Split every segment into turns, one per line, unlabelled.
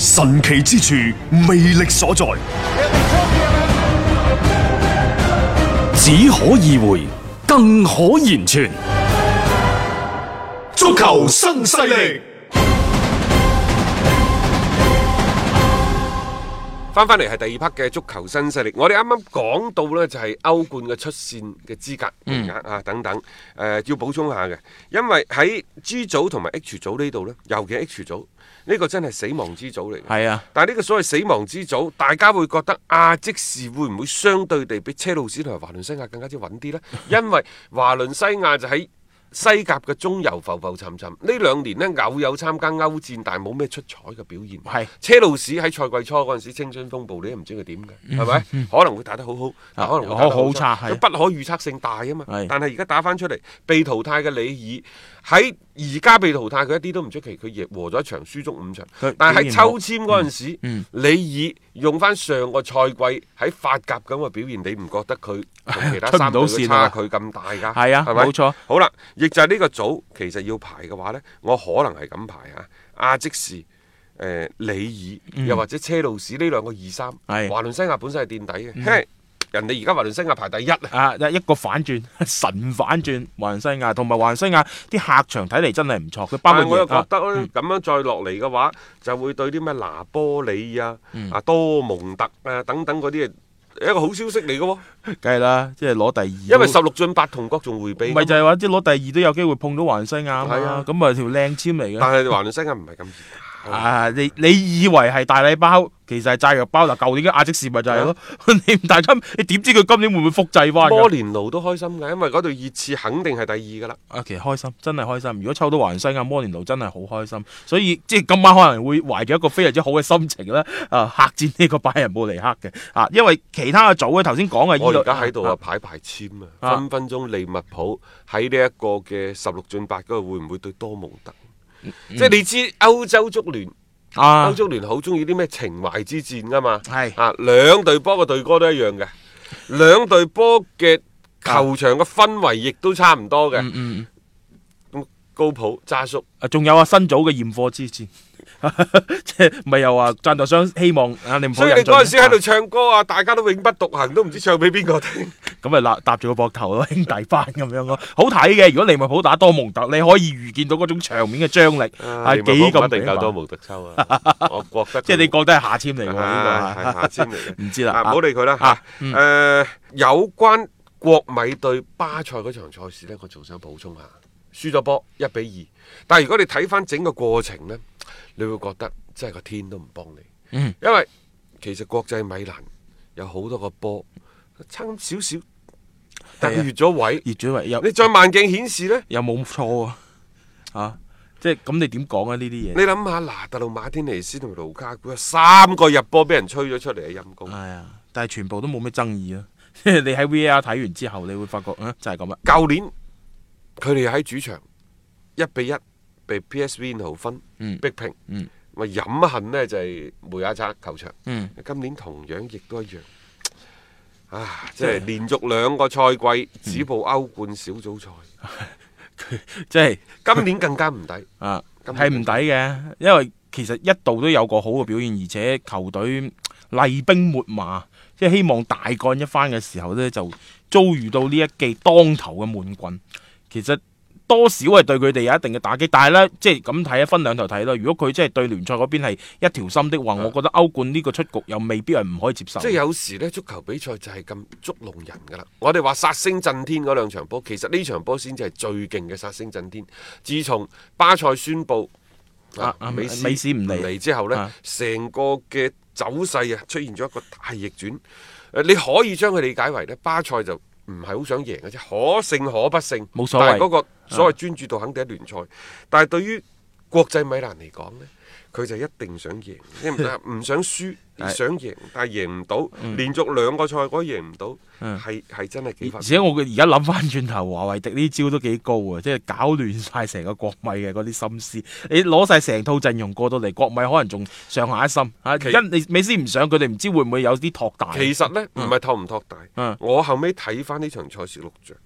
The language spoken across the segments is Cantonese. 神奇之處，魅力所在，
只可意會，更可言傳。
足球新勢力，
翻翻嚟係第二 part 嘅足球新勢力，我哋啱啱講到呢，就係歐冠嘅出線嘅資格名額啊等等，誒、呃要補充下嘅，因為喺 G 組同埋 H 組呢度呢，尤其係 H 組呢、個真係死亡之組嚟嘅。
係啊
但係呢個所謂死亡之組，大家會覺得啊，即是會唔會相對地比車路士同埋華倫西亞更加之穩啲呢？因為華倫西亞就喺西甲嘅中游浮浮沉沉，呢兩年呢，偶有參加歐戰，但係冇咩出彩嘅表現。
係
車路士喺賽季初嗰陣時青春風暴，你都唔知佢點
嗯
嘅，係咪？可能會打得好好，但可能會打得
啊好差
佢
係
不可預測性大啊嘛。
係
但係而家打翻出嚟，被淘汰嘅里爾喺而家被淘汰，佢一啲都唔出奇，佢贏和咗一場，輸足五場
佢。
但係喺
表現嗯好
抽簽嗰陣時，里爾用翻上個賽季喺法甲咁嘅表現，你唔覺得佢同其他
出唔
三隊嘅
到線
差
啊
距咁大㗎？
係啊
係咪
冇錯。
好啦，亦就係呢個組，其實要排嘅話呢，我可能係咁排啊，阿積士。誒、里爾又或者車路士呢兩個二三，
嗯係嗯
華倫西亞本身係墊底嘅，嘿人哋而家華倫西亞排第一啊！
啊！一個反轉， 神反轉，華倫西亞同埋華倫西亞啲客場睇嚟真係唔錯，佢包
但係
括
我又覺
啊
得咧，咁樣再落嚟嘅話，就會對啲咩拿波里啊、
嗯
啊多蒙特啊等等嗰啲係一個好消息嚟嘅喎，
梗係啦，即係攞第二，
因為十六進八同國仲迴避，
咪就係話即係攞第二都有機會碰到華倫西亞啊嘛
係啊
咁啊條靚簽嚟嘅。
但係華倫西亞唔係咁熱打。
啊！你你以為係大禮包，其實係炸藥包嗱。舊年嘅亞積士咪就係咯， 你唔大家你點知佢今年會唔會複製翻
摩
㗎？
連奴都開心嘅，因為嗰隊熱刺肯定係第二㗎啦。
啊，其實開心，真係開心。如果抽到華倫西亞摩連奴，真係好開心。所以即係今晚可能會懷住一個非常之好嘅心情啦，啊客戰呢個拜仁慕尼黑嘅啊，因為其他嘅組嘅頭先講嘅
我
依
而
度
家喺度啊，排排簽啊，
啊
分分鐘利物浦喺呢一個嘅十六進八嗰度會唔會對多蒙特？即係你知歐洲足聯。
啊
歐，足聯好中意啲咩情懷之戰噶嘛？
係
啊，兩隊波嘅隊歌都一樣嘅，兩隊波嘅球場嘅氛圍亦都差唔多嘅。
嗯嗯。
咁高普渣叔
啊，仲有啊，新組嘅驗貨之戰， 即係咪又話贊助商希望啊，你唔好
所以你
引進
嗰陣時喺度
啊
唱歌啊，大家都永不獨行，都唔知唱俾邊個聽。
咁咪搭搭住個膊頭咯，兄弟班咁樣咯，好睇嘅。如果利物浦打多蒙特，你可以預見到嗰種場面嘅張力
啊
係
利物
幾
浦唔
咁
一定
勁啊
夠多無特抽啊！我覺得
即係你
佢
覺得係下籤嚟喎呢個
啊係
啊
下簽嚟嘅，
唔知啦
啊唔好理佢啦
啊
嚇。誒，有關國米對巴塞嗰場賽事呢，我仲想補充下，輸咗波一比二，但係如果你睇翻整個過程呢，你會覺得真係個天都唔幫你，
嗯
因為其實國際米蘭有好多個波差咁少
啊
少，但係佢越咗位，
熱轉為又
你再慢鏡顯示呢。
又冇錯啊？啊，即係咁你點講啊？呢啲嘢
你諗下，嗱，特魯馬天尼斯同盧卡古有三個入波俾人吹咗出嚟，啊陰公。
係啊，但係全部都冇咩爭議啊。 即係你喺 VR 睇完之後，你會發覺啊，就係咁啦。
舊年佢哋喺主場一比一被 PSV 豪分
嗯
逼平，
嗯
咪飲恨呢就係梅亞扎球場。
嗯
今年同樣亦都一樣。啊！即係連續兩個賽季止步歐冠小組賽，
即係
今年更加唔抵。
啊，
咁
係唔抵嘅，因為其實一度都有個好嘅表現，而且球隊嗯厲兵秣馬，即係希望大幹一番嘅時候呢，就遭遇到呢一記當頭嘅悶棍。其實多少係對佢哋有一定嘅打擊，但係呢，即係咁睇一分兩頭睇啦。如果佢真係對聯賽嗰邊係一條心的話，我覺得歐冠呢個出局又未必係唔可以接受。
啊即係有時呢，足球比賽就係咁捉弄人㗎啦。我哋話殺聲震天嗰兩場波，其實呢場波先至係最勁嘅殺聲震天。自從巴塞宣布
啊啊美斯唔嚟
之後呢
啊，
成、個嘅走勢啊出現咗一個大逆轉。誒你可以將佢理解為呢，巴塞就唔係好想贏嘅啫，可勝可不勝，
冇所謂
但係嗰個所謂專注度肯定喺聯賽，但係對於國際米蘭嚟講呢，佢就一定想贏，因為唔想輸，而想贏，但係贏唔到，連續兩個賽果贏唔到，係係真係幾
而
煩。
且我而家諗翻轉頭，華為迪呢招都幾高啊！即係搞亂晒成個國米嘅嗰啲心思。你攞晒成套陣容過到嚟，國米可能仲上下一心嚇。
其
因你美斯唔上，佢哋唔知會唔會有啲托大。
其實呢，唔係托唔托大，
嗯
我後尾睇翻呢場賽事錄像，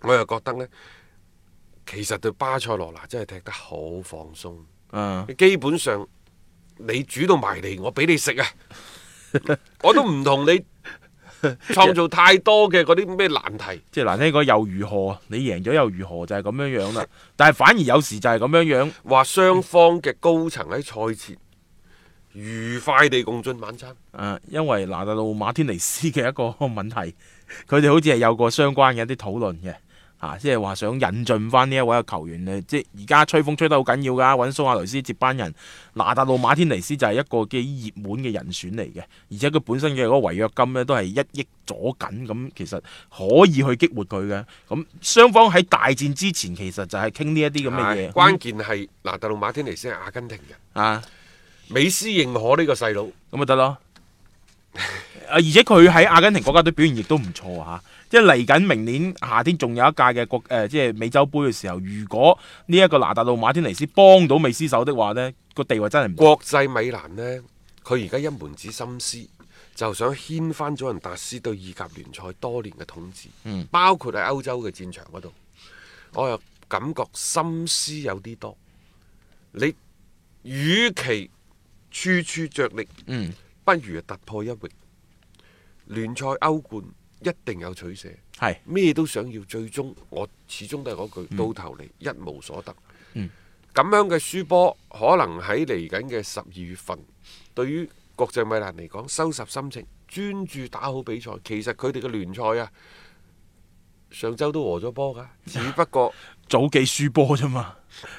我又覺得呢，其實對巴塞羅那真係踢得好放鬆，
嗯，
基本上你煮到埋嚟，我俾你食啊， 我都唔同你創造太多嘅嗰啲咩難題。
即係難聽講又如何？你贏咗又如何？就係咁樣樣啦。但係反而有時就係咁樣樣。
話雙方嘅高層喺賽前愉快地共進晚餐。
誒、啊因為拿達路馬天尼斯嘅一個問題，佢哋好似係有過相關嘅一啲討論嘅，啊，即係話想引進翻呢一位嘅球員咧，即係而家吹風吹得好緊要㗎，揾蘇亞雷斯接班人，拿達路馬天尼斯就係一個幾熱門嘅人選嚟嘅，而且佢本身嘅嗰個違約金咧都係一億左緊，咁其實可以去激活佢嘅，咁雙方喺大戰之前其實就係傾呢一啲咁嘅嘢，
係啊關鍵係嗱，特魯馬天尼斯係阿根廷人，
啊。
美斯認可呢個細佬。
咁咪得咯。 啊而且佢喺阿根廷國家隊表現亦都唔錯啊嚇，即係嚟緊明年夏天仲有一屆嘅國誒、呃即係美洲杯嘅時候，如果呢一個拿達路馬天尼斯幫到美斯手的話呢個地位真係唔
國際米蘭呢，佢而家一門子心思就想掀翻咗人達斯對意甲聯賽多年嘅統治，包括喺歐洲嘅戰場嗰度，我又感覺心思有啲多。你與其處處着力，
嗯
不如突破一域。聯賽歐冠一定有取捨，
係
咩都想要，最終我始終都係嗰句，
嗯
到頭嚟一無所得。咁樣嘅輸波，可能喺嚟緊嘅十二月份，對於國際米蘭嚟講，收拾心情，專注打好比賽。其實佢哋嘅聯賽啊，上週都和咗波 㗎，只不過
早幾輸波啫嘛。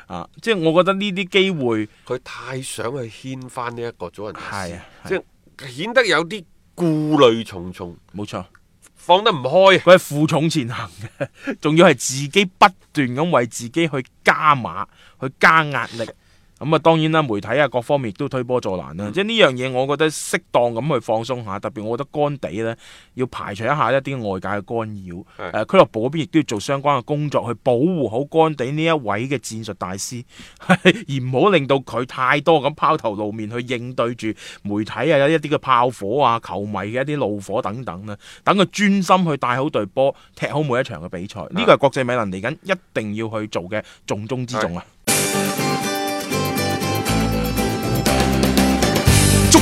啊，即係我覺得呢啲機會
佢太想去牽翻呢一個祖雲達斯
係啊
即係顯得有啲顧慮重重，
冇錯，
放得唔開啊。
佢係負重前行嘅，仲要係自己不斷咁為自己去加碼、去加壓力。咁啊，當然啦，媒體啊各方面亦都推波助瀾啦。即係呢樣嘢，我覺得適當咁去放鬆下，特別我覺得乾地呢，要排除一下一啲外界嘅干擾。誒、
係
俱樂部嗰邊亦都要做相關嘅工作，去保護好乾地呢一位嘅戰術大師， 而唔好令到佢太多咁拋頭露面去應對住媒體啊、一啲嘅炮火啊、球迷嘅一啲怒火等等啦。等佢專心去帶好隊波，踢好每一場嘅比賽。呢個係國際米蘭嚟緊一定要去做嘅重中之重啊！
足